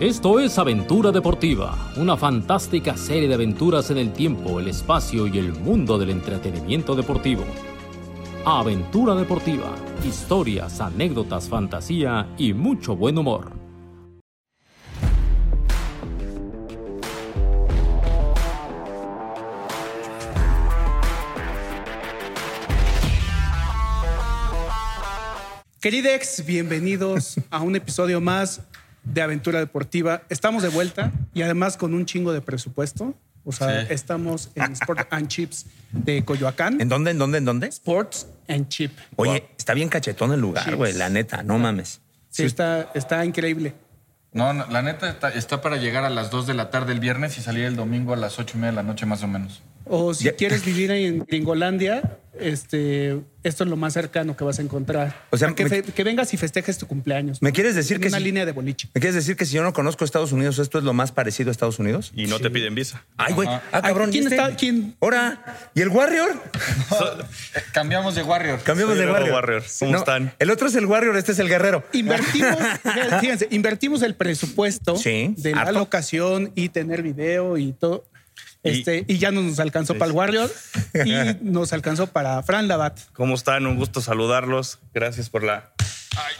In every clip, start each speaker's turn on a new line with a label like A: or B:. A: Esto es Aventura Deportiva, una fantástica serie de aventuras en el tiempo, el espacio y el mundo del entretenimiento deportivo. Aventura Deportiva, historias, anécdotas, fantasía y mucho buen humor.
B: Queridex, bienvenidos a un episodio más de Aventura Deportiva. Estamos de vuelta y además con un chingo de presupuesto. O sea,
C: Sí.
B: estamos en Sport and Chips de Coyoacán.
C: ¿En dónde, en dónde, en dónde?
B: Sports and Chip.
D: Oye, está bien cachetón el lugar, güey, la neta, no mames.
B: Sí, está, está increíble.
C: No, no, la neta está, está para llegar a las 2 de la tarde el viernes y salir el domingo a las 8 y media de la noche más o menos.
B: O si
D: Ya-
B: quieres vivir en Gringolandia, este, esto es lo más cercano que vas a encontrar.
D: O sea,
B: que,
D: me-
B: fe- que vengas y festejes tu cumpleaños.
D: ¿Me quieres decir
B: En
D: que
B: una
D: si-
B: línea de boliche.
D: ¿Me quieres decir que si yo no conozco Estados Unidos, esto es lo más parecido a Estados Unidos?
E: Y no te piden visa.
D: Ay, güey.
C: Ajá.
D: Ah, cabrón.
B: ¿Quién
D: ¿y este?
B: está- quién?
D: Ahora, ¿y el Warrior?
C: Eh, cambiamos de Warrior.
D: Cambiamos
E: Soy
D: de
E: el nuevo
D: Warrior.
E: Warrior. ¿Cómo están?
D: El otro es el Warrior, este es el Guerrero.
B: Invertimos, fíjense, invertimos el presupuesto
D: Sí,
B: de la
D: harto.
B: locación y tener video y todo.
E: Y-
B: Este, y, ya no nos alcanzó para el Warrior y nos alcanzó para Fran Labat.
E: ¿Cómo están? Un gusto saludarlos. Gracias por la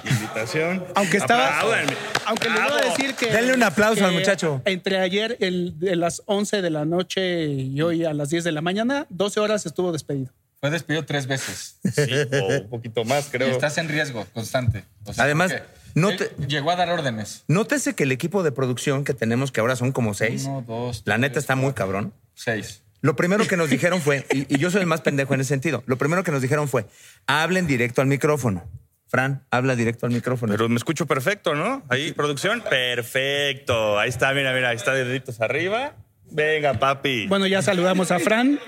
E: invitación.
B: Aunque estaba.
E: Apláudanme.
B: Aunque les voy a
E: Bravo.
B: decir que.
D: Denle un aplauso
B: que
D: al muchacho.
B: Entre ayer, el- de las 11 de la noche y hoy a las 10 de la mañana, 12 horas estuvo despedido.
C: Fue despedido tres veces.
E: Sí, o un poquito más,
C: Y
E: creo.
C: Estás en riesgo constante. O sea,
D: Además,
C: porque
D: no
C: él
D: te-
C: Llegó a dar órdenes.
D: Nótese que el equipo de producción que tenemos, que ahora son como seis,
C: Uno, dos,
D: la neta
C: tres,
D: está muy cabrón.
C: Seis.
D: Lo primero que nos dijeron fue, y, y yo soy el más pendejo en ese sentido, lo primero que nos dijeron fue, hablen directo al micrófono. Fran, habla directo al micrófono.
E: Pero me escucho perfecto, ¿no? Ahí, producción. Perfecto. Ahí está, mira, mira. Ahí está, deditos arriba. Venga, papi.
B: Bueno, ya saludamos a Fran.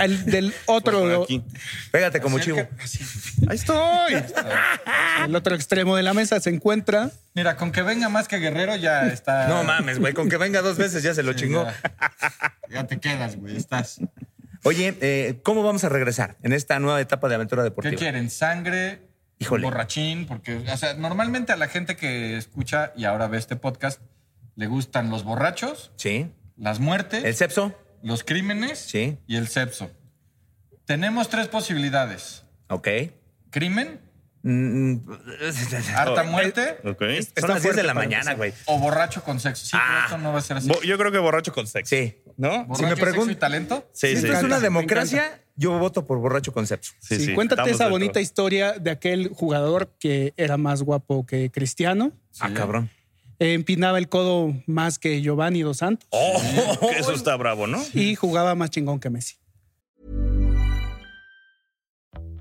B: El del
E: Por
B: otro,
E: aquí.
D: Pégate como chivo.
E: Ahí estoy.
B: el otro extremo de la mesa se encuentra
C: Mira, con que venga más que Guerrero ya está.
D: No mames, güey, con que venga dos veces ya se lo
C: Sí,
D: chingó.
C: Ya, Ya te quedas, güey. Estás.
D: Oye, eh, ¿cómo vamos a regresar en esta nueva etapa de aventura
C: ¿Qué
D: deportiva?
C: quieren? ¿Sangre?
D: Híjole.
C: ¿Borrachín? Porque, o sea, normalmente a la gente que escucha y ahora ve este podcast le gustan los borrachos,
D: Sí.
C: las muertes,
D: ¿El cepso?
C: los crímenes
D: Sí.
C: y el sexo. Tenemos tres posibilidades.
D: Ok.
C: Crimen,
D: Mm, Ah, Oh.
C: harta muerte
E: Ok.
D: Son las 10 de la
B: para
D: mañana, güey.
C: o borracho con sexo. Sí, pero
D: Ah.
C: esto no va a ser así.
E: Bo- Yo creo que borracho con sexo.
D: Sí.
E: ¿No?
C: Borracho,
D: me pregun-
C: sexo y talento.
E: Sí,
D: si
E: sí.
D: esto es
B: Me
D: una
B: encanta, me
D: democracia, yo voto por borracho con cepso.
E: Sí,
B: Sí,
E: sí,
B: cuéntate
E: estamos
B: esa
E: dentro.
B: bonita historia de aquel jugador que era más guapo que Cristiano.
D: Ah, cabrón.
B: eh, Empinaba el codo más que Giovanni Dos Santos
E: Oh, que eso está bravo, ¿no?
B: y jugaba más chingón que Messi.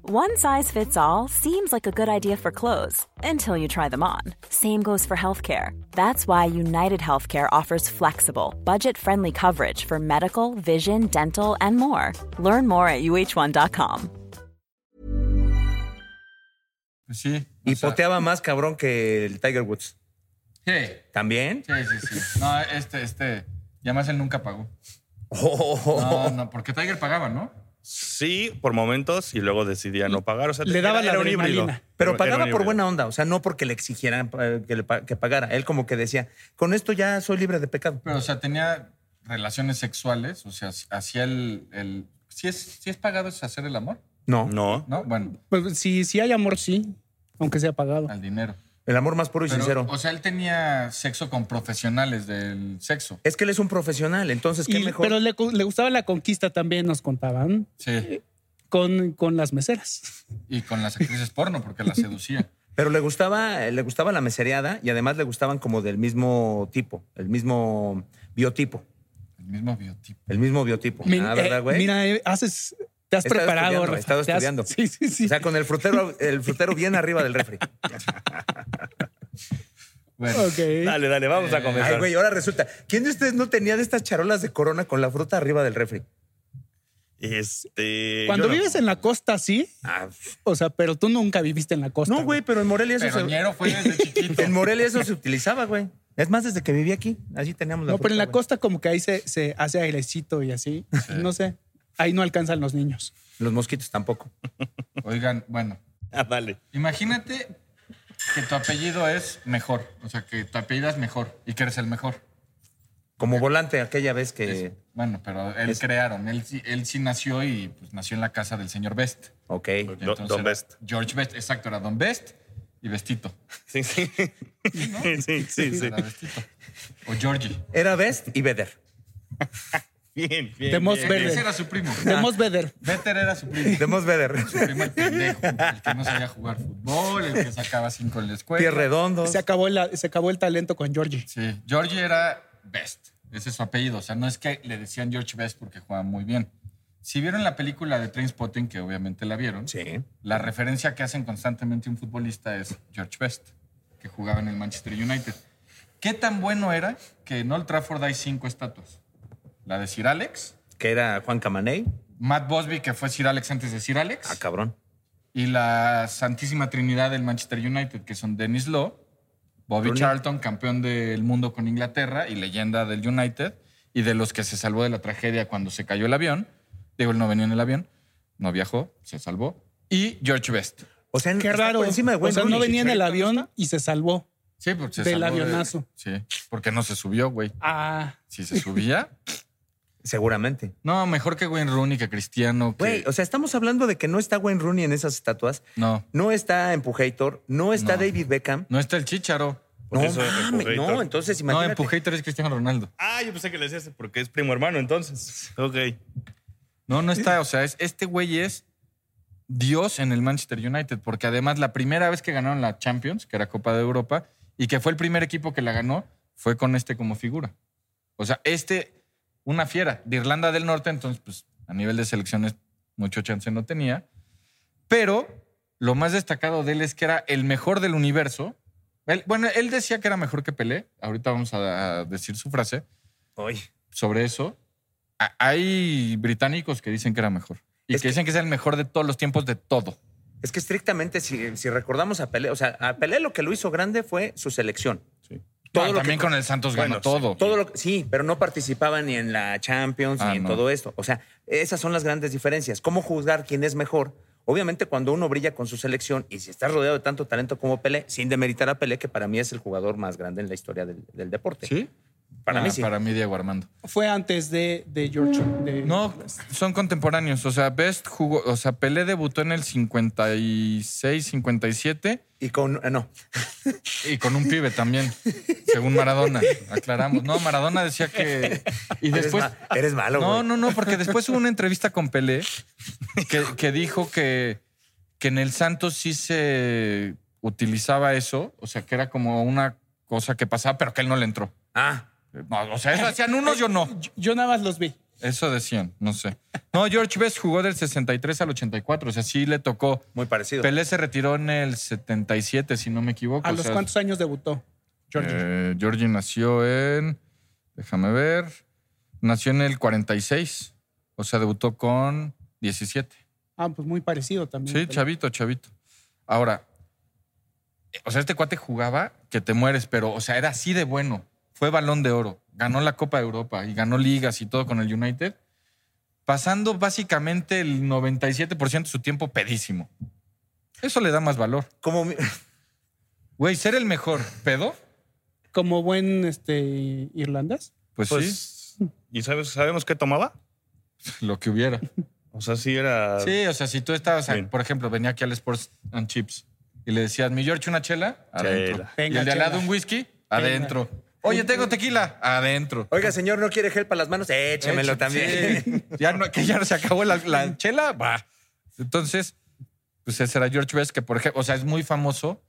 F: One size fits all seems like a good idea for clothes until you try them on. Same goes for healthcare. That's why United Healthcare offers flexible, budget friendly coverage for medical, vision, dental, and more. Learn more at uh1.com.
C: Pues sí. o
D: Y
C: sea,
D: poteaba más cabrón que el Tiger Woods.
C: Sí,
D: ¿También?
C: sí, sí, sí. No, este, este. Ya más él nunca pagó.
D: Oh.
C: No, no, porque Tiger pagaba, ¿no?
E: Sí, por momentos y luego decidía no pagar. O sea,
B: Le
E: era-
B: daba la
E: era un híbrido.
B: adrenalina.
D: Pero
E: Era
D: pagaba
E: un
D: por
E: híbrido.
D: buena onda, o sea, no porque le exigieran eh, que, le pa- que pagara. Él como que decía, con esto ya soy libre de pecado.
C: Pero, o sea, tenía relaciones sexuales, o sea, hacía el. el ¿sí, es, sí es pagado es hacer el amor?
D: No,
E: No.
C: ¿No? Bueno,
B: Pues, si, si hay amor, sí, aunque sea pagado.
D: Ah,
C: al dinero.
D: el amor más puro y
C: Pero,
D: sincero.
C: O sea, él tenía sexo con profesionales del sexo.
D: Es que él es un profesional, entonces qué
B: Y-
D: mejor.
B: pero le, le gustaba la conquista también, nos contaban,
C: Sí.
B: con, con las meseras.
C: Y con las actrices porno, porque las seducía.
D: Pero le gustaba, eh, le gustaba la mesereada y además le gustaban como del mismo tipo, el mismo biotipo,
C: El mismo biotipo.
D: el mismo biotipo.
B: Me-
D: ah,
B: eh,
D: ¿verdad, güey?
B: mira, eh, haces, te has
D: He estado
B: preparado.
D: estudiando, he
B: Rafa,
D: estado
B: te has-
D: estudiando.
B: sí, sí, sí.
D: O sea, con el frutero, el frutero bien arriba del refri.
C: Bueno,
B: Ok.
E: Dale, dale, vamos a comenzar.
D: Ay, güey, ahora resulta, ¿quién de ustedes no tenía de estas charolas de corona con la fruta arriba del refri?
E: Este.
B: Cuando
E: yo no.
B: vives en la costa, sí.
D: Ah,
B: O sea, pero tú nunca viviste en la costa.
D: no, güey, pero en Morelia eso
C: pero
D: se.
C: Ñero fue desde chiquito.
D: En Morelia eso se utilizaba, güey. Es más, desde que viví aquí, allí teníamos la
B: No, pero en la
D: fruta, güey.
B: costa como que ahí se, se hace airecito y así. No sé. Ahí no alcanzan los
C: Ah.
B: niños.
D: Los mosquitos tampoco.
C: Oigan, bueno,
E: Ah, dale.
C: imagínate que tu apellido es mejor. O sea, que tu apellido es mejor y que eres el mejor.
D: Como volante aquella vez que.
C: Es- bueno, pero él crearon. Él, sí- él sí nació y pues, nació en la casa del señor Best.
D: Ok.
C: Y
E: Don- Don
C: era
E: Best.
C: George Best, exacto, era Don Best y Bestito.
E: Sí, sí. Sí, sí, sí.
C: Era Bestito. O Georgie.
D: Era Best y Beder.
E: Bien, bien.
B: De Mos
E: bien.
B: Verde.
C: Ese era su primo.
B: De Mos Beder.
C: Better era su primo.
D: Demos Beder.
C: Su primo el pendejo, el que no sabía jugar fútbol, el que sacaba cinco en la escuela.
D: Pies redondos.
B: Se acabó, el, se acabó el talento con Georgie.
C: Sí, Georgie era Best. Ese es su apellido. O sea, no es que le decían George Best porque jugaba muy bien. Si vieron la película de Trainspotting, que obviamente la vieron,
D: Sí.
C: la referencia que hacen constantemente un futbolista es George Best, que jugaba en el Manchester United. ¿Qué tan bueno era que en Old Trafford hay cinco estatuas? La de Sir Alex,
D: Que era Juan Camaney.
C: Matt Bosby, que fue Sir Alex antes de Sir Alex.
D: Ah, cabrón.
C: y la Santísima Trinidad del Manchester United, que son Dennis Law, Bobby
D: Rooney.
C: Charlton, campeón del mundo con Inglaterra y leyenda del United, y de los que se salvó de la tragedia cuando se cayó el avión. Digo, él no venía en el avión, no viajó, se salvó. Y George Best.
D: O sea,
B: Qué
D: está
B: raro.
D: por encima de
B: o
D: Wayne
B: sea, no
D: Rooney.
B: venía en el avión y se salvó.
C: Sí, porque se
B: Del
C: salvó de-
B: avionazo.
C: sí, porque no se subió, güey.
B: Ah,
C: Si se subía.
D: Seguramente.
C: No, mejor que Wayne Rooney, que Cristiano. que-
D: Güey, o sea, estamos hablando de que no está Wayne Rooney en esas estatuas.
C: No.
D: No está Empujator. No está
C: No.
D: David Beckham.
C: No está el Chicharo.
E: Por
D: no,
E: eso
D: mames,
E: Empujator.
D: no, entonces
C: No,
D: imagínate.
C: Empujator es Cristiano Ronaldo.
E: Ah, yo pensé que le decías porque es primo hermano, entonces. Ok.
C: No, no está. O sea, es, este güey es Dios en el Manchester United, porque además la primera vez que ganaron la Champions, que era Copa de Europa, y que fue el primer equipo que la ganó, fue con este como figura. O sea, este, una fiera de Irlanda del Norte, entonces, pues a nivel de selecciones, mucho chance no tenía. Pero lo más destacado de él es que era el mejor del universo. Él- bueno, él decía que era mejor que Pelé. Ahorita vamos a- a decir su frase
D: Ay,
C: sobre eso, a- hay británicos que dicen que era mejor. Y
D: Es
C: que,
D: que-
C: dicen que es el mejor de todos los tiempos de todo.
D: es que estrictamente, si, si recordamos a Pelé, o sea, a Pelé lo que lo hizo grande fue su selección. Todo
C: Ah,
D: lo que-
C: también con el Santos
E: Bueno,
C: ganó todo.
D: Todo lo, sí, pero no participaba ni en la Champions
C: Ah,
D: ni en
C: no.
D: todo esto. O sea, esas son las grandes diferencias. ¿Cómo juzgar quién es mejor? Obviamente, cuando uno brilla con su selección y si estás rodeado de tanto talento como Pelé, sin demeritar a Pelé, que para mí es el jugador más grande en la historia del, del deporte.
C: ¿Sí?
D: Para
C: Ah,
D: mí sí.
C: Para mí, Diego Armando.
B: fue antes de, de George. de-
C: No, son contemporáneos. O sea, Best jugó. O sea, Pelé debutó en el 56, 57
D: Y con. eh, No.
C: y con un pibe también, según Maradona. Aclaramos. No, Maradona decía que. Y
D: Eres
C: después.
D: ma- eres malo,
C: No,
D: güey.
C: no, no, porque después hubo una entrevista con Pelé que, que dijo que, que en el Santos sí se utilizaba eso, o sea, que era como una cosa que pasaba, pero que él no le entró.
D: Ah,
C: No, o sea, eso hacían unos, yo no.
B: Yo- Yo nada más los vi.
C: Eso decían, no sé. No, George Best jugó del 63 al 84, o sea, sí le tocó.
D: muy parecido.
C: Pelé se retiró en el 77, si no me equivoco.
B: ¿A
C: o
B: los
C: sea,
B: cuántos años debutó Georgie?
C: Pues eh, Georgie nació en. Déjame ver. Nació en el 46. O sea, debutó con 17.
B: Ah, pues muy parecido también.
C: Sí, chavito, chavito. Ahora, eh, o sea, este cuate jugaba que te mueres, pero, o sea, era así de bueno. Fue balón de oro. Ganó la Copa de Europa y ganó ligas y todo con el United. Pasando básicamente el 97% de su tiempo pedísimo. Eso le da más valor.
D: Como mi-
C: Güey, ser el mejor pedo,
B: Como buen este, irlandés.
C: pues,
E: Pues. ¿Y sabes, sabemos qué tomaba?
C: sí, lo que hubiera.
E: O sea, sí era.
C: Sí, o sea, si tú estabas,
E: Bien.
C: por ejemplo, venía aquí al Sports and Chips y le decías, mi George, una chela, adentro.
E: Chela.
B: Venga,
C: y el de al lado
B: chela.
C: un whisky, adentro. Oye, tengo tequila, adentro.
D: Oiga, señor, ¿no quiere gel para las manos? Échamelo
C: Sí.
D: también.
C: Ya no, que ya no se acabó la, la chela, va. Entonces, pues ese era George Best, que por ejemplo, o sea, es muy famoso.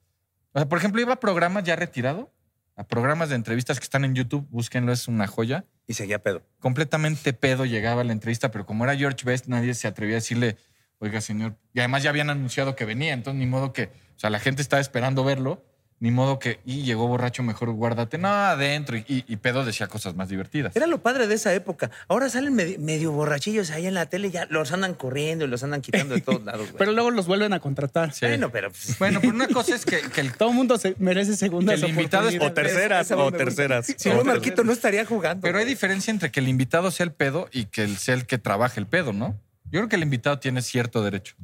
C: O sea, por ejemplo, iba a programas ya retirado, a programas de entrevistas que están en YouTube, búsquenlo, es una joya.
D: Y seguía pedo.
C: completamente pedo llegaba a la entrevista, pero como era George Best, nadie se atrevía a decirle, oiga, señor. Y además ya habían anunciado que venía, entonces ni modo que, o sea, la gente estaba esperando verlo, ni modo que, y llegó borracho, mejor guárdate, no, adentro. Y, y- y pedo decía cosas más divertidas.
D: Era lo padre de esa época. Ahora salen medi- medio, borrachillos ahí en la tele y ya los andan corriendo y los andan quitando de todos lados, güey.
B: Pero luego los vuelven a contratar.
C: Sí.
D: bueno, pero pues,
C: Bueno, pero una cosa es que, que el
B: Todo el mundo se merece segundas
C: El invitado es
E: O
B: oportunidades.
E: terceras, o terceras.
D: si
E: O
D: no,
E: terceras.
D: Marquito no estaría jugando.
C: Pero hay
D: güey.
C: diferencia entre que el invitado sea el pedo y que el sea el que trabaje el pedo, ¿no? Yo creo que el invitado tiene cierto derecho.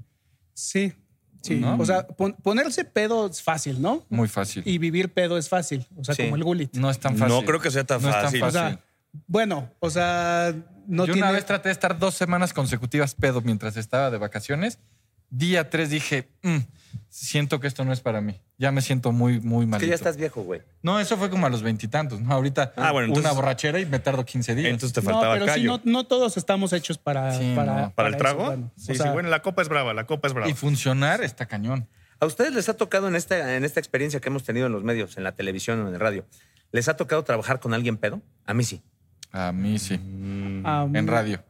B: Sí. Sí,
C: ¿no?
B: o sea, pon- ponerse pedo es fácil, ¿no?
C: Muy fácil.
B: Y vivir pedo es fácil, o sea,
D: Sí.
B: como el gulit.
C: No es tan fácil.
E: No creo que sea tan
C: No es
E: fácil.
B: o sea, bueno, o sea, no
C: Yo
B: tiene...
C: una vez traté de estar dos semanas consecutivas pedo mientras estaba de vacaciones. Día tres dije, "Mm, siento que esto no es para mí. Ya me siento muy, muy mal.
D: Es que ya estás viejo, güey.
C: No, eso fue como a los veintitantos, ¿no? Ahorita
E: Ah, bueno,
C: una
E: entonces-
C: borrachera y me tardo 15 días.
E: Entonces te
B: no,
E: faltaba
B: pero sí,
E: callo.
B: no, no todos estamos hechos para...
C: Sí,
B: para,
C: no. ¿Para
E: ¿Para el
B: eso,
E: trago?
B: bueno,
E: sí,
B: o sea,
E: sí, bueno, la copa es brava, la copa es brava.
C: y funcionar está cañón.
D: ¿A ustedes les ha tocado en esta, en esta experiencia que hemos tenido en los medios, en la televisión o en el radio, les ha tocado trabajar con alguien pedo? A mí sí.
C: A mí sí.
B: ah,
C: En radio.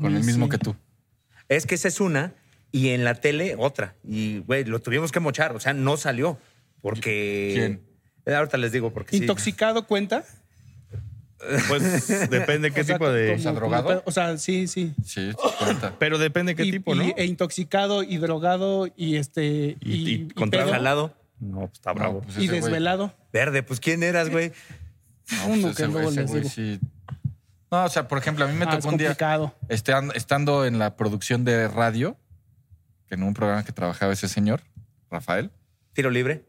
C: Con el mismo que tú.
D: Es que esa es una y en la tele otra. Y, güey, lo tuvimos que mochar. O sea, no salió. Porque.
C: ¿Quién?
D: Eh, Ahorita les digo porque sí.
B: ¿Intoxicado cuenta?
E: Pues depende qué
B: O sea,
E: tipo de.
B: como-
C: drogado?
B: como- O sea, sí, sí.
C: Sí, sí, cuenta.
E: Pero depende qué
B: Y-
E: tipo,
B: y-
E: ¿no?
B: E intoxicado y drogado y este...
E: Y- y
B: Y,
E: con
B: pedo,
D: Jalado.
E: No, pues está
C: No,
E: bravo.
C: pues
B: y
C: ese güey-
B: desvelado.
D: Verde, pues ¿quién eras, güey?
C: no, pues
B: Uno
C: ese
B: que
C: güey-
B: luego
C: ese
B: les
C: güey
B: digo.
C: sí. No, o sea, por ejemplo, a mí me
B: Ah, es
C: tocó un día.
B: complicado.
C: Estan- estando en la producción de radio, que en un programa que trabajaba ese señor, Rafael,
D: Tiro libre.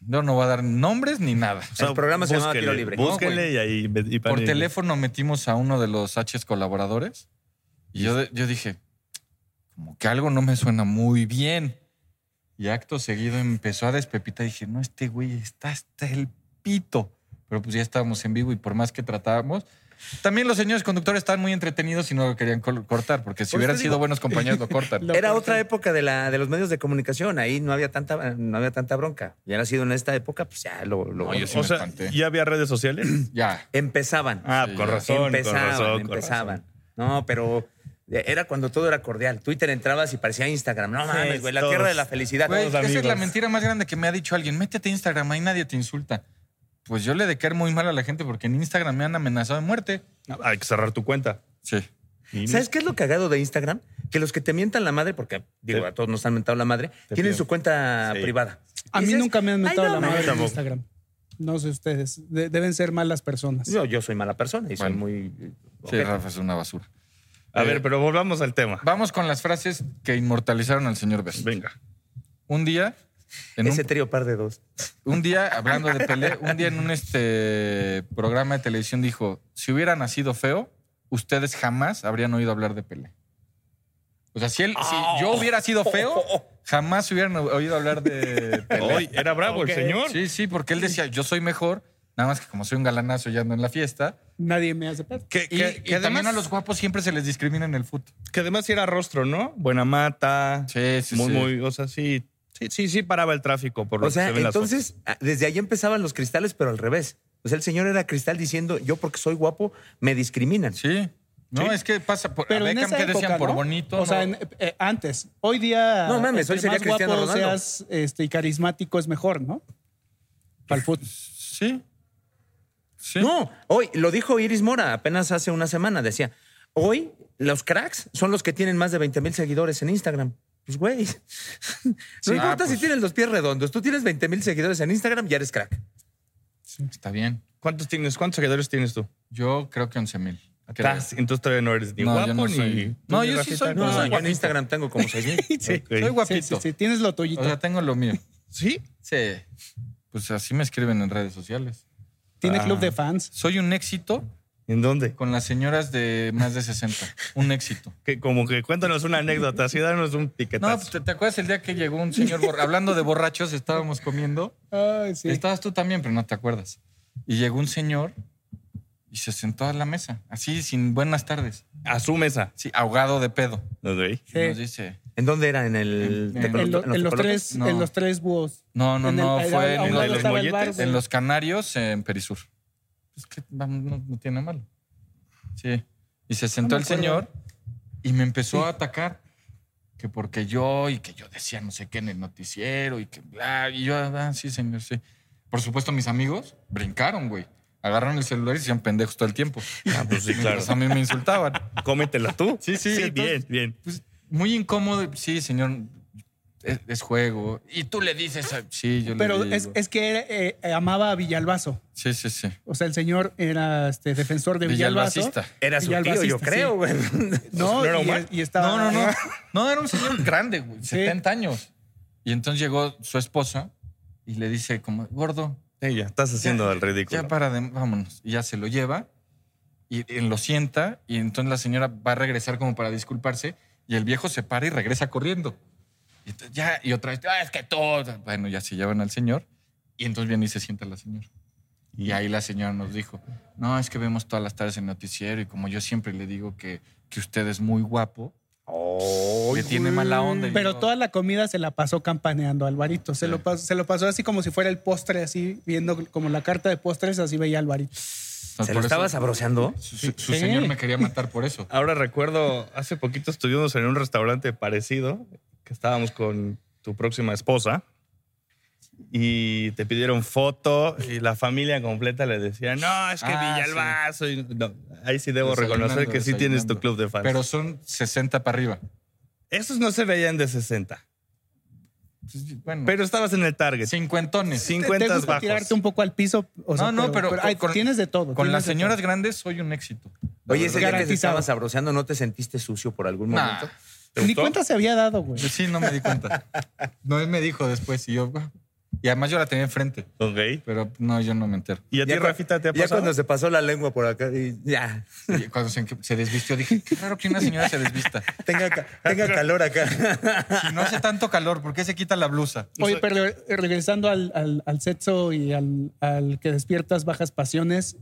C: no, no va a dar nombres ni nada.
E: O sea,
D: El programa se llamaba
E: búsquele,
D: Tiro Libre.
E: Búsquenle
C: No,
E: y ahí. y pan-
C: Por
E: y-
C: teléfono metimos a uno de los H colaboradores y yo, de- yo dije, como que algo no me suena muy bien. Y acto seguido empezó a despepitar. Dije, no, este güey está hasta el pito. Pero pues ya estábamos en vivo y por más que tratábamos, también los señores conductores estaban muy entretenidos y no lo querían col- cortar, porque si
D: Por eso
C: hubieran
D: te
C: sido
D: digo-
C: buenos compañeros lo cortan.
B: Lo-
D: Era
B: porque-
D: otra época de, la, de los medios de comunicación. Ahí no había tanta, no había tanta bronca. Y ahora sido en esta época, pues ya lo. lo-
C: No, yo sí
E: O
C: me
E: sea,
C: espanté.
E: ¿ya había redes sociales?
C: Ya.
D: Empezaban.
E: Ah,
C: Sí,
E: con
C: ya.
E: razón,
D: empezaban,
E: con razón. con
D: empezaban. No, pero eh, era cuando todo era cordial. Twitter entrabas y parecía Instagram. No mames, güey, la
E: todos.
D: tierra de la felicidad.
C: Güey,
E: todos
C: esa es la
E: amigos.
C: mentira más grande que me ha dicho alguien. Métete a Instagram, ahí nadie te insulta. Pues yo le de caer muy mal a la gente porque en Instagram me han amenazado de muerte.
E: razón. Hay que cerrar tu cuenta.
C: Sí.
E: Y-
D: ¿Sabes qué es lo cagado de Instagram? Que los que te mientan la madre, porque digo,
E: Te-
D: a todos nos han mentado la madre, tienen
E: pido.
D: su cuenta
E: Sí.
D: privada.
B: A
D: Y
B: mí
D: dices,
B: nunca me han
D: "Ay,
B: metido
D: no,
B: la
D: mames".
B: madre en
E: tampoco.
B: Instagram. No sé ustedes. De- deben ser malas personas.
D: Yo, yo soy mala persona y soy
C: Bueno.
D: muy... eh,
C: Sí,
D: ojete.
C: Rafa es una basura.
E: A ver, pero volvamos al tema.
C: Vamos con las frases que inmortalizaron al señor Best.
E: Venga.
C: Un día, en un,
D: Ese trío par de dos.
C: un día, hablando de Pelé, un día en un este programa de televisión dijo: si hubiera nacido feo, ustedes jamás habrían oído hablar de Pelé. O sea, si, él, si yo hubiera sido
D: Oh,
C: feo, jamás hubieran oído hablar de Pelé.
E: Hoy era bravo el señor.
C: Sí, sí, porque él decía, yo soy mejor, nada más que como soy un galanazo y ando en la fiesta.
B: Nadie me hace pedo.
E: Que,
C: Y,
E: que-
C: y
E: que además,
C: también a los guapos siempre se les discrimina en el fútbol.
E: que además sí era rostro, ¿no? Buena mata.
C: Sí, sí,
E: muy,
C: sí.
E: muy, o sea, sí, sí, sí, sí paraba el tráfico por lo
D: O
E: que
D: sea,
E: se ven las
D: entonces, ah, desde ahí empezaban los cristales, pero al revés. O sea, el señor era cristal diciendo, yo porque soy guapo, me discriminan.
C: Sí. No, es que pasa por
B: Pero
C: a
B: en
C: Beckham
B: esa
C: que decían
B: época,
C: por
B: ¿no?
C: bonito.
B: O sea,
C: ¿no?
B: en- eh, antes. Hoy día.
D: No mames,
B: entre
D: hoy sería
B: más
D: Cristiano
B: guapo
D: Ronaldo.
B: seas este, y carismático es mejor, ¿no? Para el fútbol.
C: Sí. Sí.
D: No, hoy, lo dijo Iris Mora apenas hace una semana, decía, hoy los cracks son los que tienen más de 20 mil seguidores en Instagram. Pues, güey, no importa
C: Ah, pues.
D: si tienes los pies redondos, tú tienes 20 mil seguidores en Instagram, ya eres crack.
C: Está bien.
E: fotos. ¿Cuántos tienes? ¿Cuántos seguidores tienes tú?
C: Yo creo que 11 mil.
E: Estás- Entonces todavía no eres ni
C: No, yo
E: guapo
C: no
E: ni.
C: soy.
E: tú
C: No,
E: ni
C: yo sí
E: Rafita,
C: soy-
D: No,
E: ¿no?
C: soy
D: yo en
C: guapito.
D: Instagram tengo como 6 mil.
B: Sí.
E: Ok.
C: Soy
B: Sí,
C: guapito.
B: sí, sí. Tienes lo tuyito.
C: O sea, tengo lo mío.
E: Sí.
C: Sí. Pues así me escriben en redes sociales.
B: Tiene
E: Ah.
B: club de fans.
C: Soy un éxito
E: ¿En dónde?
C: con las señoras de más de 60. Un éxito.
E: Que como que cuéntanos una anécdota, así danos un
C: No,
E: piquetazo.
C: pues, ¿te, te acuerdas el día que llegó un señor borra- hablando de borrachos? Estábamos comiendo.
B: Ay, sí.
C: Estabas tú también, pero no te acuerdas. Y llegó un señor y se sentó a la mesa, así sin buenas tardes,
E: a su mesa.
C: sí, ahogado de pedo.
E: Ok.
C: Y
B: Sí.
C: nos dice,
D: ¿En dónde era? ¿En el
C: En- en-
B: En,
D: tecolo-
B: lo-
D: los
B: en los
D: tecolotes?
B: tres,
C: No.
B: en los tres búhos.
C: no, no,
B: En el-
C: no,
B: ahí-
C: fue
B: a un
C: en,
E: la de
B: lado
E: los
C: los,
B: estaba el bar,
E: molletes,
B: güey.
C: en los Canarios, en Perisur. Es que vamos, no, no tiene malo. Sí. Y se sentó
B: No me
C: el
B: acuerdo.
C: señor y me empezó a atacar. Que porque yo y que yo decía no sé qué en el noticiero y que bla. Y yo, ah, sí, señor, sí. Por supuesto, mis amigos brincaron, güey. Agarraron el celular y se hacían pendejos todo el tiempo.
E: Ah, pues sí, claro.
C: Mientras a mí me insultaban.
E: Cómetela tú.
C: Sí, sí, entonces-
E: bien, bien.
C: Pues, muy incómodo. Sí, señor, es, es juego. Y tú le dices, a- sí, yo
B: Pero
C: le digo.
B: es, es que era, eh, eh, amaba a Villalbazo.
C: Sí, sí, sí.
B: O sea, el señor era este, defensor de Villalbazo.
C: Villalbacista.
D: Era su tío,
B: Villalbacista,
D: yo
B: sí. Ah,
D: creo, güey.
B: No,
E: ¿No era
B: y-
E: Omar?
B: y, estaba.
C: No, no, no. No, era un señor grande, güey. 70 años. Y entonces llegó su esposa y le dice como, gordo,
E: Sí, ya, estás haciendo el ridículo.
C: ya para de, vámonos. Y ya se lo lleva y, y lo sienta y entonces la señora va a regresar como para disculparse y el viejo se para y regresa corriendo. Y, entonces ya, y otra vez, "Ah, es que todo. Bueno, ya se llevan al señor y entonces viene y se sienta la señora. Y ahí la señora nos dijo, no, es que vemos todas las tardes el noticiero y como yo siempre le digo que, que usted es muy guapo, que tiene mala onda. Y
B: Pero
C: yo,
B: toda la comida se la pasó campaneando a Alvarito. Se, lo pasó, se lo pasó así como si fuera el postre, así viendo como la carta de postres, así veía a Alvarito.
C: entonces,
D: ¿Se
C: por
D: lo
C: eso
D: estaba sabroseando?
C: Su, su- su
B: Sí.
C: señor me quería matar por eso.
E: Ahora recuerdo, hace poquito estuvimos en un restaurante parecido, que estábamos con tu próxima esposa, y te pidieron foto y la familia completa le decía, no, es que
C: Ah,
E: Villalbazo. y- no, ahí sí debo
C: Desayunando,
E: reconocer que sí tienes tu
C: desayunando.
E: club de fans.
C: Pero son 60 para arriba.
E: esos no se veían de 60,
C: Entonces, Pues, Bueno,
E: pero estabas en el target.
C: cincuentones.
B: ¿Te-
E: 50
B: ¿Te gusta
E: bajos.
B: tirarte un poco al piso? O sea,
C: no, no, pero,
B: ay, tienes de todo.
C: Con
B: tienes
C: las
B: de
C: señoras
B: todo.
C: grandes soy un éxito.
D: Oye, ese día que se
B: Garantizado.
D: estaba sabroseando, ¿no te sentiste sucio por algún
C: Nah.
D: momento?
E: ¿Te
B: Ni
E: gustó?
B: cuenta se había dado, güey.
C: Sí, no me di cuenta. No, él me dijo después y yo... "Ah". Y además yo la tenía enfrente,
E: Ok.
C: pero no, yo no me entero.
E: ¿Y a ti,
D: Ya cu-
E: Rafita, te ha
D: Ya
E: pasado?
D: cuando se pasó la lengua por acá y ya,
C: Y cuando se, se desvistió dije, qué raro que una señora se desvista.
D: tenga, ca- tenga calor acá.
C: Si no hace tanto calor, ¿por qué se quita la blusa?
B: Oye, pero eh, regresando al, al, al sexo y al, al que despiertas bajas pasiones,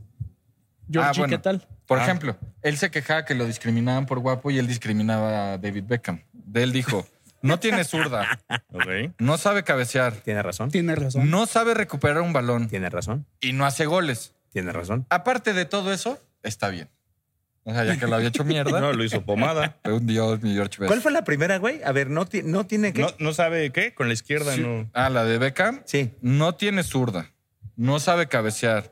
B: Georgie,
C: Ah, bueno.
B: ¿qué tal?
C: Por ejemplo, él se quejaba que lo discriminaban por guapo y él discriminaba a David Beckham. De él dijo, no tiene zurda,
E: Ok.
C: no sabe cabecear,
D: Tiene razón,
B: Tienes razón.
C: no sabe recuperar un balón
D: tiene razón,
C: y no hace goles.
D: tiene razón.
C: Aparte de todo eso, está bien. O sea, ya que lo había hecho mierda,
E: No, lo hizo pomada.
C: fue un dios mi George Best.
D: ¿Cuál fue la primera, güey? A ver, no, ti- no tiene que...
E: No, no sabe qué, con la izquierda no.
C: Ah, la de Beckham.
D: Sí.
C: No tiene zurda, no sabe cabecear.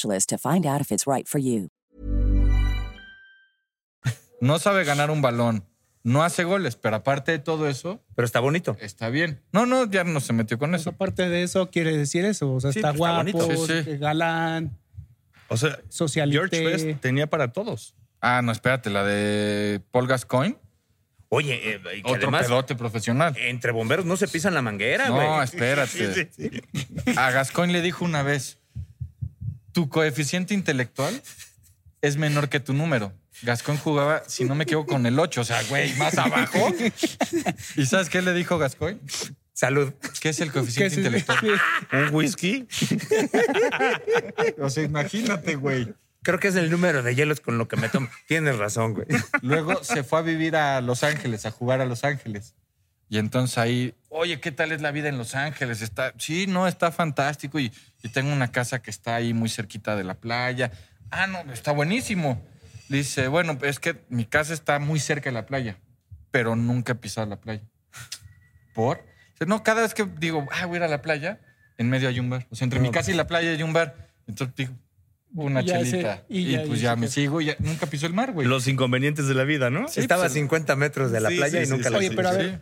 G: to find out if it's right for you.
C: No sabe ganar un balón, no hace goles, pero aparte de todo eso,
D: Pero está bonito.
C: está bien. No, no, ya no se metió con eso.
B: pues, Aparte de eso, quiere decir eso. O sea,
D: Sí,
B: está
D: pues, está
B: guapo, eh,
C: bonito. Sí, sí.
B: galán,
E: O sea,
B: socialite.
E: George Best tenía para todos.
C: Ah, no, espérate, la de Paul Gascoigne,
D: Oye, eh, y que
C: otro
D: además,
C: pedote profesional.
D: entre bomberos no se pisan la manguera, güey.
C: No, espérate. A Gascoigne le dijo una vez, tu coeficiente intelectual es menor que tu número. Gascoigne jugaba, si no me equivoco, con el 8, o sea, güey, más abajo. ¿Y sabes qué le dijo Gascoigne?
D: Salud.
C: ¿Qué es el
B: Que
C: coeficiente
B: sí,
C: intelectual?
E: Un whisky.
C: O sea, imagínate, güey.
D: Creo que es el número de hielos con lo que me tomo. Tienes razón, güey.
C: Luego se fue a vivir a Los Ángeles, a jugar a Los Ángeles. Y entonces ahí, oye, ¿qué tal es la vida en Los Ángeles? Está, sí, no, está fantástico. Y, y tengo una casa que está ahí muy cerquita de la playa. Ah, no, está buenísimo. Le Dice, bueno, es que mi casa está muy cerca de la playa, pero nunca he pisado la playa. ¿Por? Dice, No, cada vez que digo, ah, voy a ir a la playa, en medio hay un bar. O sea, entre mi casa y la playa hay un bar. Entonces digo, una
B: Y ya se-
C: chelita.
B: y
C: y,
B: ya-
C: pues
B: y
C: ya
B: se
C: me
B: queda.
C: sigo y ya- nunca piso el mar, güey.
E: Los inconvenientes de la vida, ¿no?
D: Estaba a
C: pues,
D: 50 metros de la
E: Sí,
D: playa
E: sí,
D: y
E: sí,
D: nunca
E: sí,
D: la
B: Oye,
E: sí,
B: pero a
E: sí.
B: ver,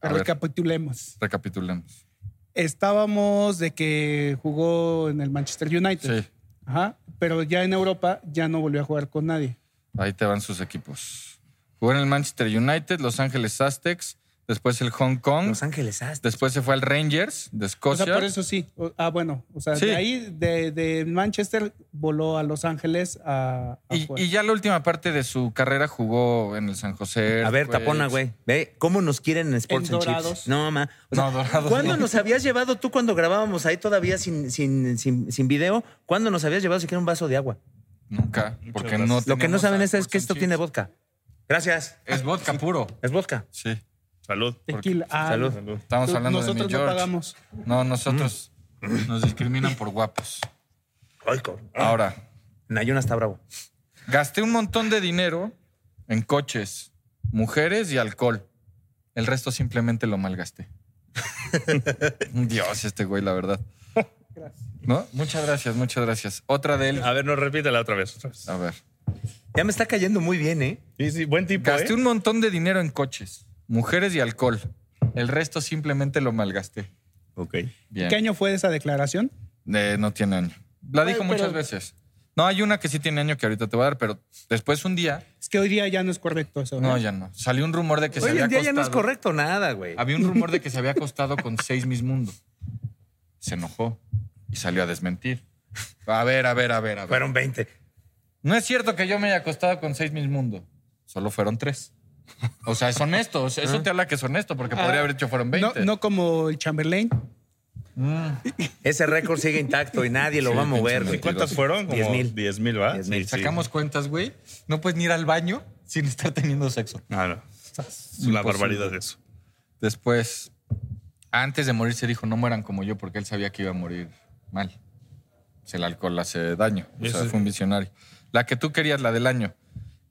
C: A ver.
B: recapitulemos.
C: Recapitulemos.
B: Estábamos de que jugó en el Manchester United.
C: Sí,
B: Ajá. Pero ya en Europa ya no volvió a jugar con nadie.
C: ahí te van sus equipos. Jugó en el Manchester United, Los Ángeles Aztecs, después el Hong Kong,
D: Los Ángeles Astros.
C: después se fue al Rangers de
B: O
C: Escocia.
B: sea, por eso sí. O- ah, bueno. O sea,
C: Sí.
B: de ahí, de, de Manchester, voló a Los Ángeles a. a
C: y,
B: jugar.
C: y ya la última parte de su carrera jugó en el San José.
D: A ver, tapona, güey. Ve cómo nos quieren en Sports
B: Pues, En
D: and Chips.
B: Dorados.
D: No, ma. O
C: No, Dorados
D: ¿Cuándo
C: no.
D: nos habías llevado tú cuando grabábamos ahí todavía sin, sin, sin, sin video? ¿Cuándo nos habías llevado siquiera un vaso de agua?
C: Nunca, porque
E: gracias.
C: no
D: Lo que no
C: tenemos
D: saben
C: a
D: es, es que esto
C: Sports
D: tiene
C: and
D: vodka. Gracias.
C: Chips. Es vodka puro.
D: Es vodka.
C: Sí.
E: Salud.
B: Tequila. Ah,
D: Salud.
C: pues, Estamos
B: tú-
C: hablando de Mm.
B: Nosotros
C: mi
B: no
C: George.
B: pagamos.
C: No, nosotros nos discriminan por guapos.
D: Ay, cabrón.
C: Ahora,
D: Nayuna está bravo.
C: gasté un montón de dinero en coches, mujeres y alcohol. El resto simplemente lo malgasté. Dios, este güey, la verdad. ¿No? Muchas gracias, muchas gracias. Otra de él.
E: A ver, no repítela otra vez. otra vez.
C: A ver.
D: Ya me está cayendo muy bien, ¿eh?
E: Sí, sí, buen tipo,
C: Gasté
E: ¿eh?
C: un montón de dinero en coches, mujeres y alcohol. El resto simplemente lo malgasté.
E: Ok.
C: Bien.
B: ¿Qué año fue esa declaración?
C: Eh, no tiene año. La dijo muchas veces. No, hay una que sí tiene año que ahorita te voy a dar, pero después un día.
B: Es que hoy día ya no es correcto eso.
C: No,
B: ¿eh?
C: ya no. Salió un rumor de que se
D: Hoy
C: había
D: en día ya no es
C: acostado-
D: correcto nada, güey.
C: Había un rumor de que se había acostado con seis Miss Mundo. Se enojó y salió a desmentir. A ver, a ver, a ver, a ver.
D: Fueron 20.
C: no es cierto que yo me haya acostado con seis Miss Mundo. Solo fueron tres. O sea, es honesto. O sea, Eso te habla que es honesto, porque podría haber dicho fueron
B: No,
C: 20.
B: no como el Chamberlain.
D: Ese récord sigue intacto y nadie lo
C: Sí,
D: va a mover,
C: pinche
D: güey.
C: mentira.
E: ¿Cuántas fueron? Como
D: Diez mil.
E: 10 mil, ¿va?
D: Diez mil.
E: Sí, sí.
C: Sacamos cuentas, güey. No puedes ni ir al baño sin estar teniendo sexo.
E: Ah, no. Es una barbaridad eso.
C: Después, antes de morir, se dijo no mueran como yo, porque él sabía que iba a morir mal. Se el alcohol hace daño. O sea, fue un visionario. La que tú querías, la del año.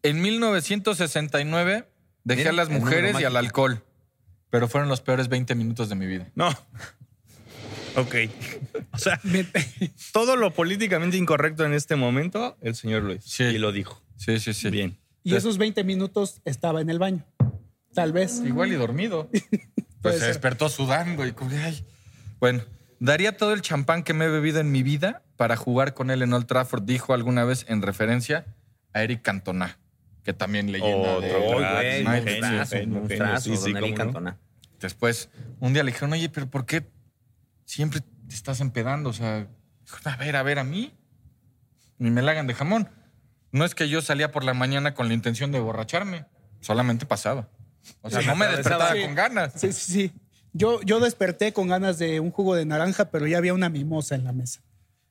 C: En 1969 dejé
D: Mira,
C: a las
D: el número
C: mujeres y al
D: mágico.
C: alcohol, pero fueron los peores 20 minutos de mi vida.
E: No. Ok. O sea, todo lo políticamente incorrecto en este momento, el señor Luis.
C: Sí.
E: Y lo dijo.
C: Sí, sí, sí.
E: Bien.
B: Y esos 20 minutos estaba en el baño. Tal vez.
C: Igual y dormido.
B: Puede
C: Pues se
B: ser.
C: despertó sudando y como, ay. Bueno, daría todo el champán que me he bebido en mi vida para jugar con él en Old Trafford, dijo alguna vez en referencia a Eric Cantona, que también leyenda
E: Otro
C: de-
E: gran
D: Oy, güey,
E: genio, genio,
D: monstruazo,
E: genio,
D: monstruazo,
E: sí, sí,
D: don
E: cómo
D: Eric
E: no.
D: Cantona.
C: Después, un día le dijeron, oye, pero ¿por qué siempre te estás empedando? O sea, dijo, a ver, a ver, a mí. Ni me la hagan de jamón. No es que yo salía por la mañana con la intención de borracharme, solamente pasaba. O sea, no me despertaba
D: Sí.
C: con ganas.
B: Sí, sí, sí. Yo, yo desperté con ganas de un jugo de naranja, pero ya había una mimosa en la mesa.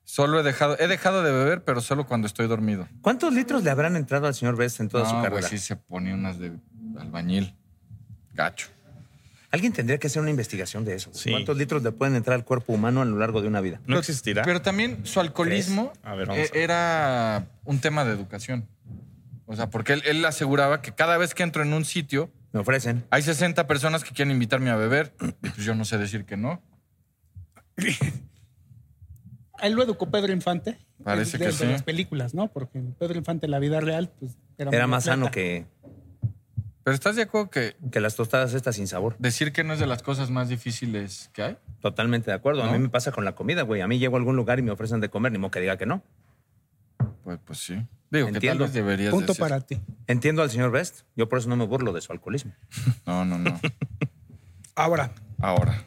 C: Solo he dejado, he dejado de beber, pero solo cuando estoy dormido.
D: ¿Cuántos litros le habrán entrado al señor Best en toda su
C: No, güey,
D: carrera?
C: sí se ponía unas de albañil. Gacho.
D: Alguien tendría que hacer una investigación de eso. güey.
E: Sí.
D: ¿Cuántos litros le pueden entrar al cuerpo humano a lo largo de una vida?
E: No existirá.
C: Pero también su alcoholismo
E: A ver, vamos
C: e-
E: a ver.
C: era un tema de educación. O sea, porque él, él aseguraba que cada vez que entro en un sitio,
D: Me ofrecen.
C: hay 60 personas que quieren invitarme a beber. Y pues yo no sé decir que no.
B: A Él lo educó Pedro Infante.
C: Parece
B: de- de
C: que sí.
B: las películas, ¿no? Porque Pedro Infante en la vida real pues, era,
D: Era
B: muy
D: más
B: atleta.
D: sano que,
C: Pero ¿estás de acuerdo que
D: que las tostadas estas sin sabor.
C: decir que no es de las cosas más difíciles que hay?
D: Totalmente de acuerdo. A
C: ¿No?
D: mí me pasa con la comida, güey. A mí llego a algún lugar y me ofrecen de comer, ni modo que diga que no.
C: Pues, pues sí. Digo que tal
D: Entiendo.
C: vez deberías
B: Punto
C: decir.
B: para ti.
D: Entiendo al señor Best. Yo por eso no me burlo de su alcoholismo.
C: No, no, no.
B: Ahora,
C: Ahora.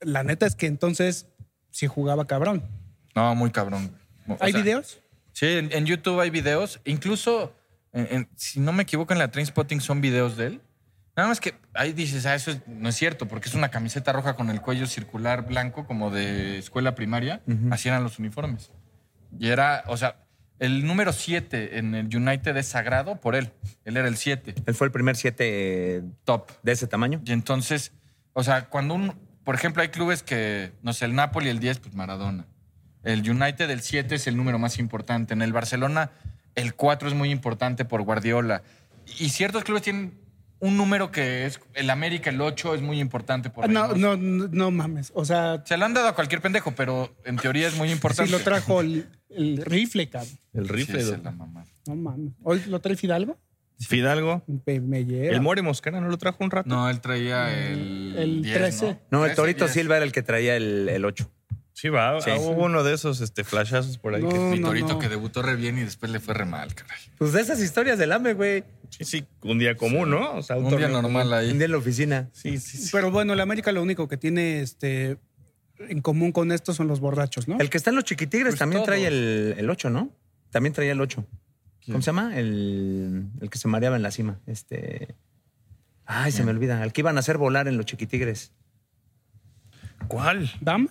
B: la neta es que entonces sí jugaba cabrón.
C: No, muy cabrón. O
B: ¿Hay
C: sea,
B: videos?
C: Sí, en, en YouTube hay videos. Incluso, en- en- si no me equivoco, en la Trainspotting son videos de él. Nada más que ahí dices, ah, eso es- no es cierto, porque es una camiseta roja con el cuello circular blanco, como de escuela primaria. Así eran los uniformes. Y era, o sea, el número 7 en el United es sagrado por él. Él era el 7,
D: Él fue el primer siete
C: top.
D: de ese tamaño.
C: Y entonces, o sea, cuando un, por ejemplo, hay clubes que, no sé, el Napoli el 10, pues Maradona. El United el 7 es el número más importante. En el Barcelona el 4 es muy importante por Guardiola. Y ciertos clubes tienen un número que es, el América el 8 es muy importante por
B: Ah, No,
C: Reynoso.
B: no, no, no mames. O sea,
C: Se lo han dado a cualquier pendejo, pero en teoría es muy
B: si
C: importante.
B: lo trajo el, el rifle, cabrón.
E: el
C: Sí,
E: rifle.
C: se
E: don-
C: la mamaron.
B: No mames. Hoy lo trae Fidalgo.
E: Fidalgo.
B: Me, me lleva.
E: El More Mosquera no lo trajo un rato.
C: No, él traía el,
B: El
C: 10,
B: 13.
D: No, el Torito
C: Silva
D: Silva era el que traía el, el 8.
E: Sí, va.
C: Sí.
E: ah, Hubo uno de esos este, flashazos por ahí.
B: No,
E: que sí,
C: Mi
B: no,
C: torito
B: no.
C: que debutó re bien y después le fue re mal, caray.
D: Pues de esas historias del AME, güey.
E: sí, sí, un día común, ¿no? O sea,
C: Un día
E: torneo-
C: normal
D: Un
C: ahí.
D: día en la oficina.
E: Sí, sí, sí.
B: Pero bueno, la América lo único que tiene este, en común con esto son los borrachos, ¿no?
D: El que está en los chiquitigres
C: Pues
D: también
C: todos.
D: trae el, el 8, ¿no? También traía el 8. ¿Cómo se llama? El, el que se mareaba en la cima. Este. Ay, se me olvida. El que iban a hacer volar en los chiquitigres.
E: ¿Cuál?
B: ¿Dam?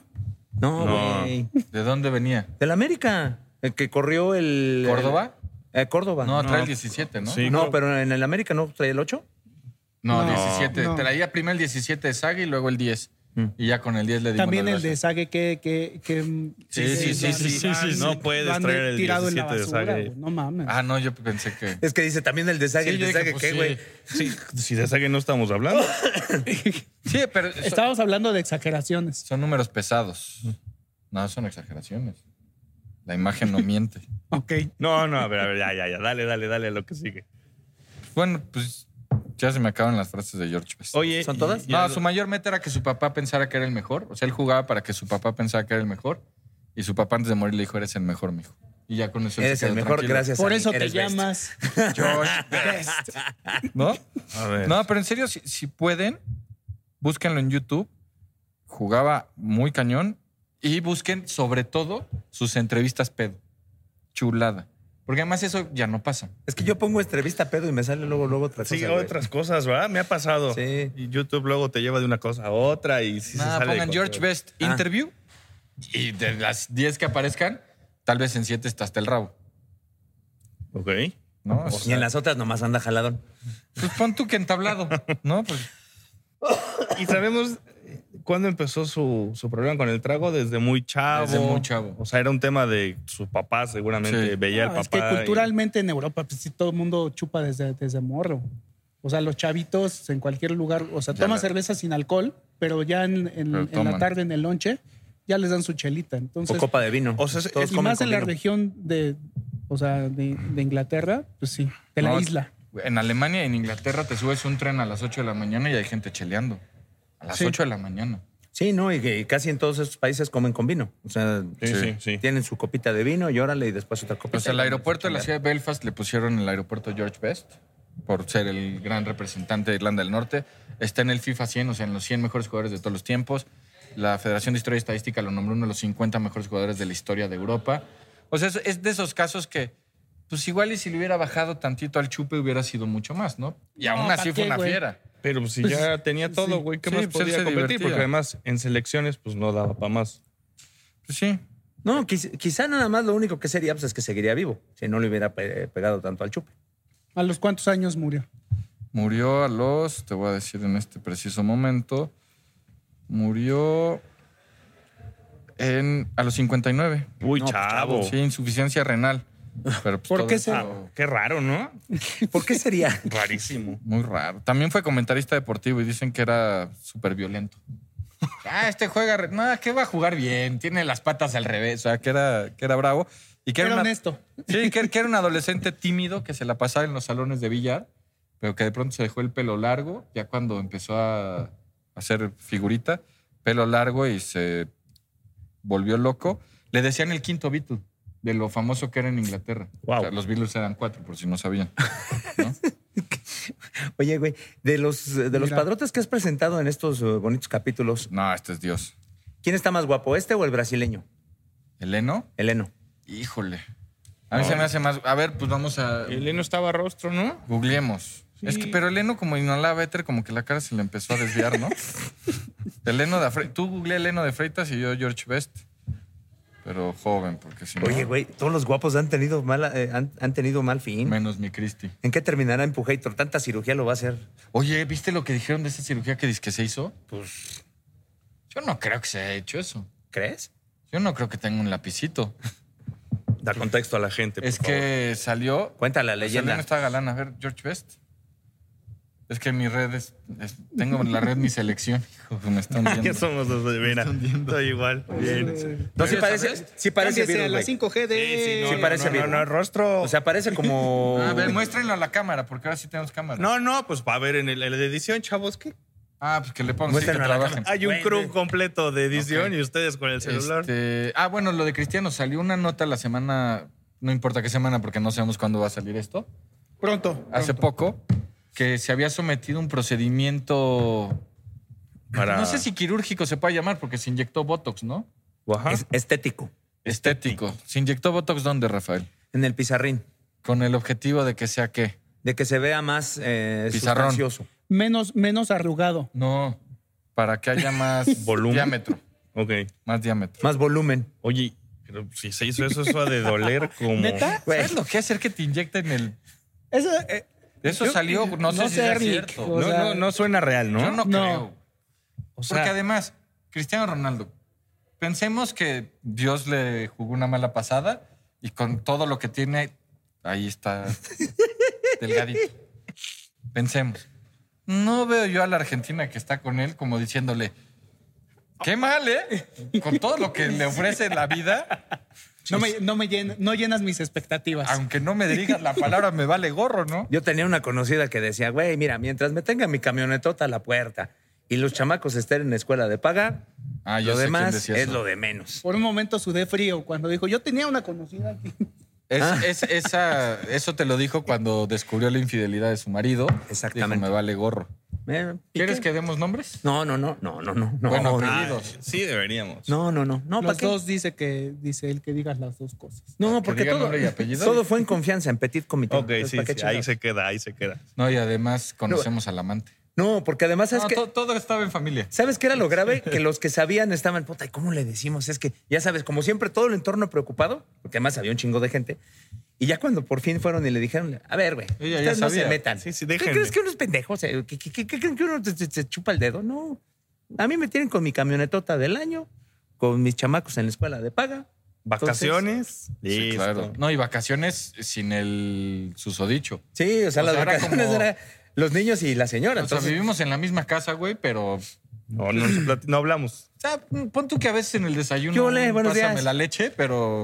D: No,
E: No.
D: güey.
C: ¿De dónde venía?
D: Del América. El que corrió el.
C: ¿Córdoba?
D: Eh, Córdoba.
C: No,
D: No,
C: trae el 17, ¿no?
E: Sí.
D: pero en el América no traía el 8.
C: No,
B: No,
C: 17.
B: no.
C: Traía primero el 17 de Saga y luego el 10. Y ya con el 10 le dimos
B: También
C: la
B: el de
C: gracia.
B: Sage que... que, que
C: Sí, sí, sí, sí, sí,
E: sí, no puedes traer el 17 de Sage.
B: güey, No mames.
C: Ah, no, yo pensé que...
D: Es que dice también el de Sague.
C: Sí,
D: el
C: yo
D: de
C: dije,
D: Sague,
C: pues,
D: ¿qué,
C: sí.
D: güey?
E: Sí, si de esa que no estamos hablando.
C: Sí, pero son,
B: Estábamos hablando de exageraciones.
C: son números pesados. No, son exageraciones. La imagen no miente.
B: Ok.
E: No, no, a ver, a ver, ya, ya, ya. Dale, dale, dale a lo que sigue.
C: Bueno, pues ya se me acaban las frases de George Best.
E: Oye.
D: ¿Son
E: y-
D: todas?
E: y-
C: No, su mayor meta era que su papá pensara que era el mejor. O sea, él jugaba para que su papá pensara que era el mejor. Y su papá antes de morir le dijo, eres el mejor, mijo. Y ya con eso... él se
D: Eres
C: quedó
D: el mejor,
C: tranquilo.
D: gracias.
B: Por
D: a mí,
B: eso te
D: eres best.
B: llamas.
C: George Best. ¿No?
E: A ver.
C: No, pero en serio, si, si pueden, búsquenlo en YouTube. Jugaba muy cañón. Y busquen, sobre todo, sus entrevistas pedo. Chulada. Porque además eso ya no pasa.
D: Es que yo pongo entrevista pedo y me sale luego, luego otra cosa.
E: Sí,
D: güey.
E: otras cosas, ¿verdad? Me ha pasado.
D: Sí.
E: Y YouTube luego te lleva de una cosa a otra y sí se
C: Nada,
E: sale de
C: pongan
E: control.
C: George Best
D: Ah.
C: Interview y de las 10 que aparezcan, tal vez en 7 está hasta el rabo.
E: Ok.
C: ¿no? O
D: Y
C: sea,
D: en las otras nomás anda jaladón.
C: Pues pon tú que entablado, ¿no? Pues,
E: Y sabemos eh, cuándo empezó su, su problema con el trago, desde muy chavo.
C: Desde muy chavo.
E: O sea, era un tema de sus papás, seguramente.
C: Sí.
E: Veía al
B: No,
E: papá.
B: es que
E: y-
B: culturalmente en Europa, pues sí, todo el mundo chupa desde, desde morro. O sea, los chavitos en cualquier lugar, o sea,
C: Ya
B: toman
C: la-
B: cerveza sin alcohol, pero ya en, en-
C: Pero
B: en
C: toman.
B: la tarde, en el lonche, ya les dan su chelita.
D: O
B: Entonces,
D: copa de vino.
E: O sea, es-
D: Todos
B: y
D: comen
B: más
D: con
B: en la
D: vino.
B: región de, o sea, de, de Inglaterra, pues sí, de la
C: no,
B: isla.
C: En Alemania y en Inglaterra te subes un tren a las 8 de la mañana y hay gente cheleando. A las
B: Sí.
C: 8 de la mañana.
D: Sí, no, y que casi en todos estos países comen con vino. O sea,
E: Sí, sí, sí.
D: tienen su copita de vino y órale, y después otra copita.
C: Pues el aeropuerto de la ciudad de Belfast le pusieron el aeropuerto George Best por ser el gran representante de Irlanda del Norte. Está en el FIFA 100, o sea, en los 100 mejores jugadores de todos los tiempos. La Federación de Historia y Estadística lo nombró uno de los 50 mejores jugadores de la historia de Europa. O sea, es- es de esos casos que, pues igual y si le hubiera bajado tantito al chupe hubiera sido mucho más, ¿no? Y aún
B: ¿pa'
C: así
B: qué,
C: fue una
B: güey?
C: fiera.
E: Pero pues, si ya tenía todo, güey, ¿qué
C: Sí,
E: más
C: pues él
E: podía
C: se
E: competir?
C: divertía.
E: Porque además en selecciones, pues no daba para más.
C: Pues sí.
D: No, quiz- quizá nada más lo único que sería pues, es que seguiría vivo, si no le hubiera pe- pegado tanto al chupe.
B: ¿A los cuántos años murió?
C: Murió a los, te voy a decir en este preciso momento, murió en, a los 59.
E: Uy,
C: No, pues,
E: chavo.
C: Sí, insuficiencia renal. Pero pues,
B: ¿Por
C: todo
B: qué
C: eso
B: se-
E: Qué raro, ¿no?
D: ¿Por qué sería?
E: Rarísimo.
C: Muy raro. También fue comentarista deportivo y dicen que era súper violento. Ah, este juega... re- No, que va a jugar bien. Tiene las patas al revés. O sea, que era, que era bravo. Y que
B: Era
C: una-
B: honesto.
C: Sí, que, que era un adolescente tímido que se la pasaba en los salones de billar, pero que de pronto se dejó el pelo largo, ya cuando empezó a hacer figurita, pelo largo y se volvió loco. Le decían el quinto Beatle, de lo famoso que era en Inglaterra.
E: Guau.
C: O sea, los Beatles eran cuatro, por si no sabían.
D: Oye, güey, de los, de los
B: Mira.
D: padrotes que has presentado en estos eh, bonitos capítulos,
C: No, este es Dios.
D: ¿quién está más guapo, este o el brasileño?
C: ¿Eleno?
D: Eleno.
C: Híjole. A mí se me hace más... A ver, pues vamos a...
E: Eleno estaba rostro, ¿no?
C: Googleemos. Es que, pero Eleno, como inhalaba éter, como que la cara se le empezó a desviar, ¿no? Eleno de Freitas. Tú googleé Eleno de Freitas y yo George Best. Pero joven, porque si no.
D: Oye, güey, todos los guapos han tenido, mala, eh, han, han tenido mal fin.
C: Menos mi Cristi.
D: ¿En qué terminará Empujator? Tanta cirugía lo va a hacer.
C: Oye, ¿viste lo que dijeron de esa cirugía que dizque se hizo? Pues. Yo no creo que se haya hecho eso.
D: ¿Crees?
C: Yo no creo que tenga un lapicito.
E: Da contexto a la gente. por
C: es
E: favor.
C: que salió.
D: Cuenta la
C: o sea,
D: leyenda.
C: Eleno está galán. A ver, George Best. Es que mi red es. es- tengo en la red mi selección. Hijo, me están
E: Ya
C: viendo.
E: somos los de Mira, estoy igual. Bien.
D: No, sí
C: ¿Pero
D: parece,
C: sabes?
D: sí parece
B: Cámbiese
D: virus,
B: a la
D: güey.
B: 5G de...
D: Sí, parece
E: no, no,
D: virus.
E: no, rostro.
D: O sea, parece como...
C: Ah, A ver, muéstrenlo a la cámara, porque ahora sí tenemos cámara.
E: no, no, pues va a ver en, el, en la edición, chavos, ¿qué?
C: Ah, pues que le pongan sí, que
D: Muéstrenlo a la
C: trabajen.
E: Hay un
D: Güey,
E: crew
D: güey.
E: completo de edición
C: Ok.
E: y ustedes con el celular.
C: Este, ah, bueno, lo de Cristiano. Salió una nota la semana, no importa qué semana, porque no sabemos cuándo va a salir esto.
B: Pronto.
C: Hace
B: pronto.
C: poco, que se había sometido a un procedimiento.
E: para...
C: No sé si quirúrgico se puede llamar, porque se inyectó Botox, ¿no?
E: Ajá.
D: Es- estético.
C: Estético. ¿Se inyectó Botox dónde, Rafael?
D: En el pizarrín.
C: Con el objetivo de que sea qué.
D: De que se vea más eh,
C: Pizarrón.
D: sustancioso.
B: Menos, menos arrugado.
C: No, para que haya más
E: Volumen.
C: diámetro.
E: Ok.
C: Más diámetro.
D: Más volumen.
E: Oye, pero si se hizo eso, eso ha de doler como...
B: ¿Neta?
D: Güey.
C: ¿Sabes lo que hacer que te inyecten el.
B: Eso, eh,
C: Eso
B: Yo-
C: salió, no sé
B: no
C: si
B: sé,
C: sea
B: Ernick.
C: cierto.
E: No,
B: O sea-
E: no, no suena real, ¿no?
C: Yo no,
B: No.
C: creo. Porque además, Cristiano Ronaldo, pensemos que Dios le jugó una mala pasada y con todo lo que tiene, ahí está delgadito. Pensemos. No veo yo a la Argentina que está con él como diciéndole, qué mal, ¿eh? Con todo lo que le ofrece la vida,
B: no, me, no, me llena- no llenas mis expectativas.
C: aunque no me digas la palabra, me vale gorro, ¿no?
D: Yo tenía una conocida que decía, güey, mira, mientras me tenga mi camionetota a la puerta y los chamacos estén en la escuela de paga,
C: Ah, yo
D: lo
C: sé quién
D: demás
C: decía
D: es
C: eso.
D: lo de menos.
B: Por un momento sudé frío cuando dijo, yo tenía una conocida aquí.
C: Es-
D: Ah.
C: es- esa, eso te lo dijo cuando descubrió la infidelidad de su marido.
D: Exactamente.
C: Dijo, me vale gorro.
D: Eh, ¿y
C: ¿Quieres
D: qué?
C: que demos nombres?
D: No, no, no, no, no, no. no.
C: Bueno, pues,
D: no,
C: apellidos.
E: Ah, Sí, deberíamos.
D: no, no, no, no, ¿para
B: Los
D: qué?
B: dos dice que dice él que digas las dos cosas.
D: No, porque
C: diga
D: todo,
C: nombre y apellido.
D: todo fue en confianza, en petit comité.
E: Ok,
D: Entonces,
E: sí,
D: ¿para qué
E: sí, ahí
D: chingados?
E: se queda, ahí se queda.
C: No, y además conocemos al amante.
D: No, porque además es
C: No,
D: que...
C: to- todo estaba en familia.
D: ¿Sabes qué era lo grave? Que los que sabían estaban, puta, ¿y cómo le decimos? Es que, ya sabes, como siempre, todo el entorno preocupado, porque además había un chingo de gente. Y ya cuando por fin fueron y le dijeron, a ver, güey,
C: Ella ya
D: ustedes no
C: sabía.
D: se metan.
E: Sí, sí,
D: ¿Qué
E: déjenme.
D: crees que unos pendejos? eh, ¿Qué, qué- qué- qué creen que uno se- se- se chupa el dedo? No. A mí me tienen con mi camionetota del año, con mis chamacos en la escuela de paga. Entonces,
E: Vacaciones. Listo.
C: Sí, claro. No, y vacaciones sin el susodicho.
D: sí, o sea,
C: O
D: las
C: sea, era
D: vacaciones
C: pues como- Pues
D: eran los niños y la señora.
C: O sea,
D: Entonces,
C: vivimos en la misma casa, güey, pero. O
E: No, no, se plati- no hablamos.
C: sea, pon tú que a veces en el desayuno
D: ¿Qué ole? Buenos
C: pásame
D: días.
C: la leche, pero.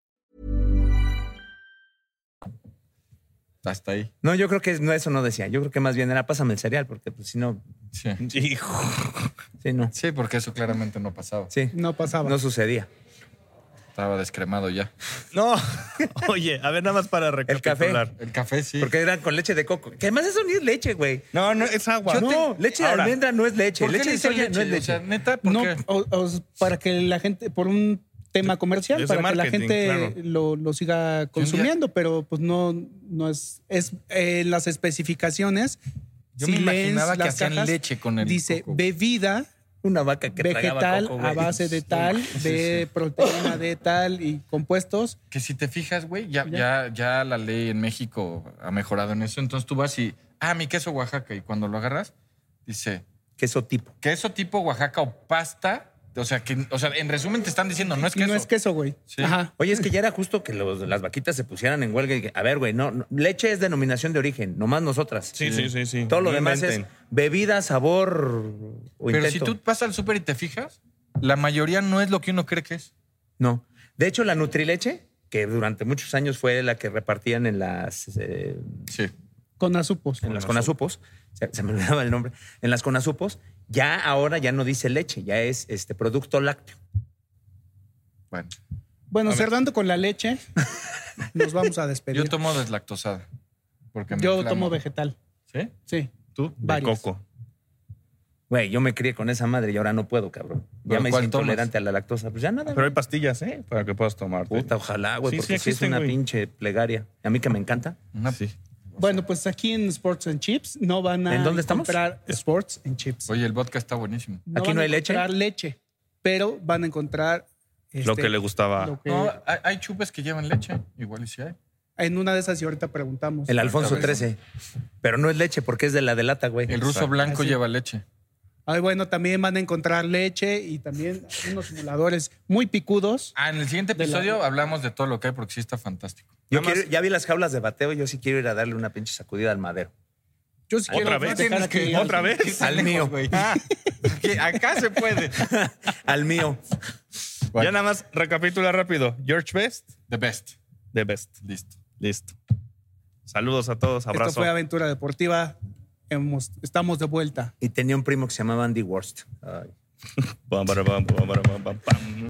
C: Hasta ahí.
D: no, yo creo que no, eso no decía. Yo creo que más bien era, pásame el cereal, porque pues, si no,
C: Sí.
E: Hijo.
D: si no,
C: Sí, porque eso claramente no pasaba.
D: sí,
B: No pasaba.
D: no sucedía.
C: Estaba descremado ya.
E: No. Oye, a ver, nada más para recapitular.
C: El café sí.
D: Porque eran con leche de coco. Que además eso ni es leche, güey.
E: No, no, es agua.
D: Yo
E: no,
D: te- leche de
E: Ahora,
D: almendra no es leche.
C: ¿Por qué
D: Leche
C: le
D: de
C: hizo
D: soya no es
C: leche? O sea,
D: leche.
C: neta, ¿por
B: No,
C: qué?
B: o- o para que la gente, por un tema comercial,
E: ese
B: para que la
E: marketing,
B: gente
E: claro.
B: lo, lo siga consumiendo, pero pues no, no es, es eh, las especificaciones.
C: Yo me imaginaba que
B: las
C: hacían leche con el
B: Dice
C: coco.
B: bebida
D: Una vaca que tragaba
B: vegetal
D: coco,
B: a
D: güey.
B: base de tal, de proteína de tal y compuestos.
C: Que si te fijas, güey, ya, ya. ya la ley en México ha mejorado en eso. Entonces tú vas y, ah, mi queso Oaxaca. Y cuando lo agarras, dice,
D: Queso tipo.
C: queso tipo Oaxaca o pasta. O sea, que, o sea en resumen te están diciendo, no es queso.
B: No es queso, güey.
C: Sí.
B: Ajá.
D: Oye, es que ya era justo que los- las vaquitas se pusieran en huelga. Y que, a ver, güey, no, no, leche es denominación de origen, nomás nosotras.
E: Sí, sí, sí, sí.
D: Todo lo
E: No
D: demás
E: inventen.
D: es bebida, sabor o
C: Pero si
D: intento.
C: tú vas al súper y te fijas, la mayoría no es lo que uno cree que es.
D: No. De hecho, la Nutrileche, que durante muchos años fue la que repartían en las eh,
C: Sí.
B: Con azupos.
D: en las conasupos, se, se me olvidaba el nombre, en las conasupos, ya ahora ya no dice leche, ya es este producto lácteo.
C: Bueno,
B: Bueno, cerrando con la leche, nos vamos a despedir.
C: yo tomo deslactosada. Porque me
B: Yo
C: inflamo.
B: tomo vegetal.
C: ¿Sí?
B: Sí.
E: ¿Tú? De
B: Varios.
E: coco.
D: Güey, yo me crié con esa madre y ahora no puedo, cabrón. Ya
C: ¿Pero
D: me
C: cuál
D: hice
C: tomas?
D: intolerante a la lactosa. Pues ya nada.
E: Pero hay pastillas, ¿eh? Para que puedas tomar.
D: Puta, ojalá, güey,
E: Sí, sí
D: porque sí, es
E: existen,
D: una
E: güey.
D: pinche plegaria. A mí que me encanta.
C: Una-
E: Sí.
B: Bueno, pues aquí en Sports and Chips no van a
D: ¿En dónde estamos?
B: comprar Sports and Chips.
C: Oye, el vodka está buenísimo.
D: ¿Aquí
B: van
D: no
B: a
D: hay leche?
B: encontrar leche, pero van a encontrar
E: Lo
B: este,
E: que le gustaba.
B: lo que-
C: No, hay, hay chupes que llevan leche. Igual y si hay.
B: en una de esas y ahorita preguntamos.
D: El Alfonso 13. Pero no es leche porque es de la de lata, güey.
C: El ruso blanco lleva leche.
B: Ay, bueno, también van a encontrar leche y también unos simuladores muy picudos.
C: Ah, en el siguiente
B: De la-
C: episodio hablamos de todo lo que hay porque sí está fantástico.
D: Yo quiero, ya vi las jaulas de bateo, yo sí quiero ir a darle una pinche sacudida al madero.
B: Yo sí
E: ¿Otra
B: quiero
E: vez?
B: festejar
E: Tienes
B: aquí
E: que-
B: al-
E: ¿Otra vez?
D: Al mío.
C: Que acá se puede.
D: Al mío.
E: Ya nada más recapitula rápido. George Best,
C: The best.
E: The Best.
C: Listo.
E: Listo. Saludos a todos,
B: Esto
E: abrazo.
B: fue Aventura Deportiva. Hemos- estamos de vuelta.
D: Y tenía un primo que se llamaba Andy Worst. Ay.
E: Bam, bara, bam, bam, bara, bam, bam, pam.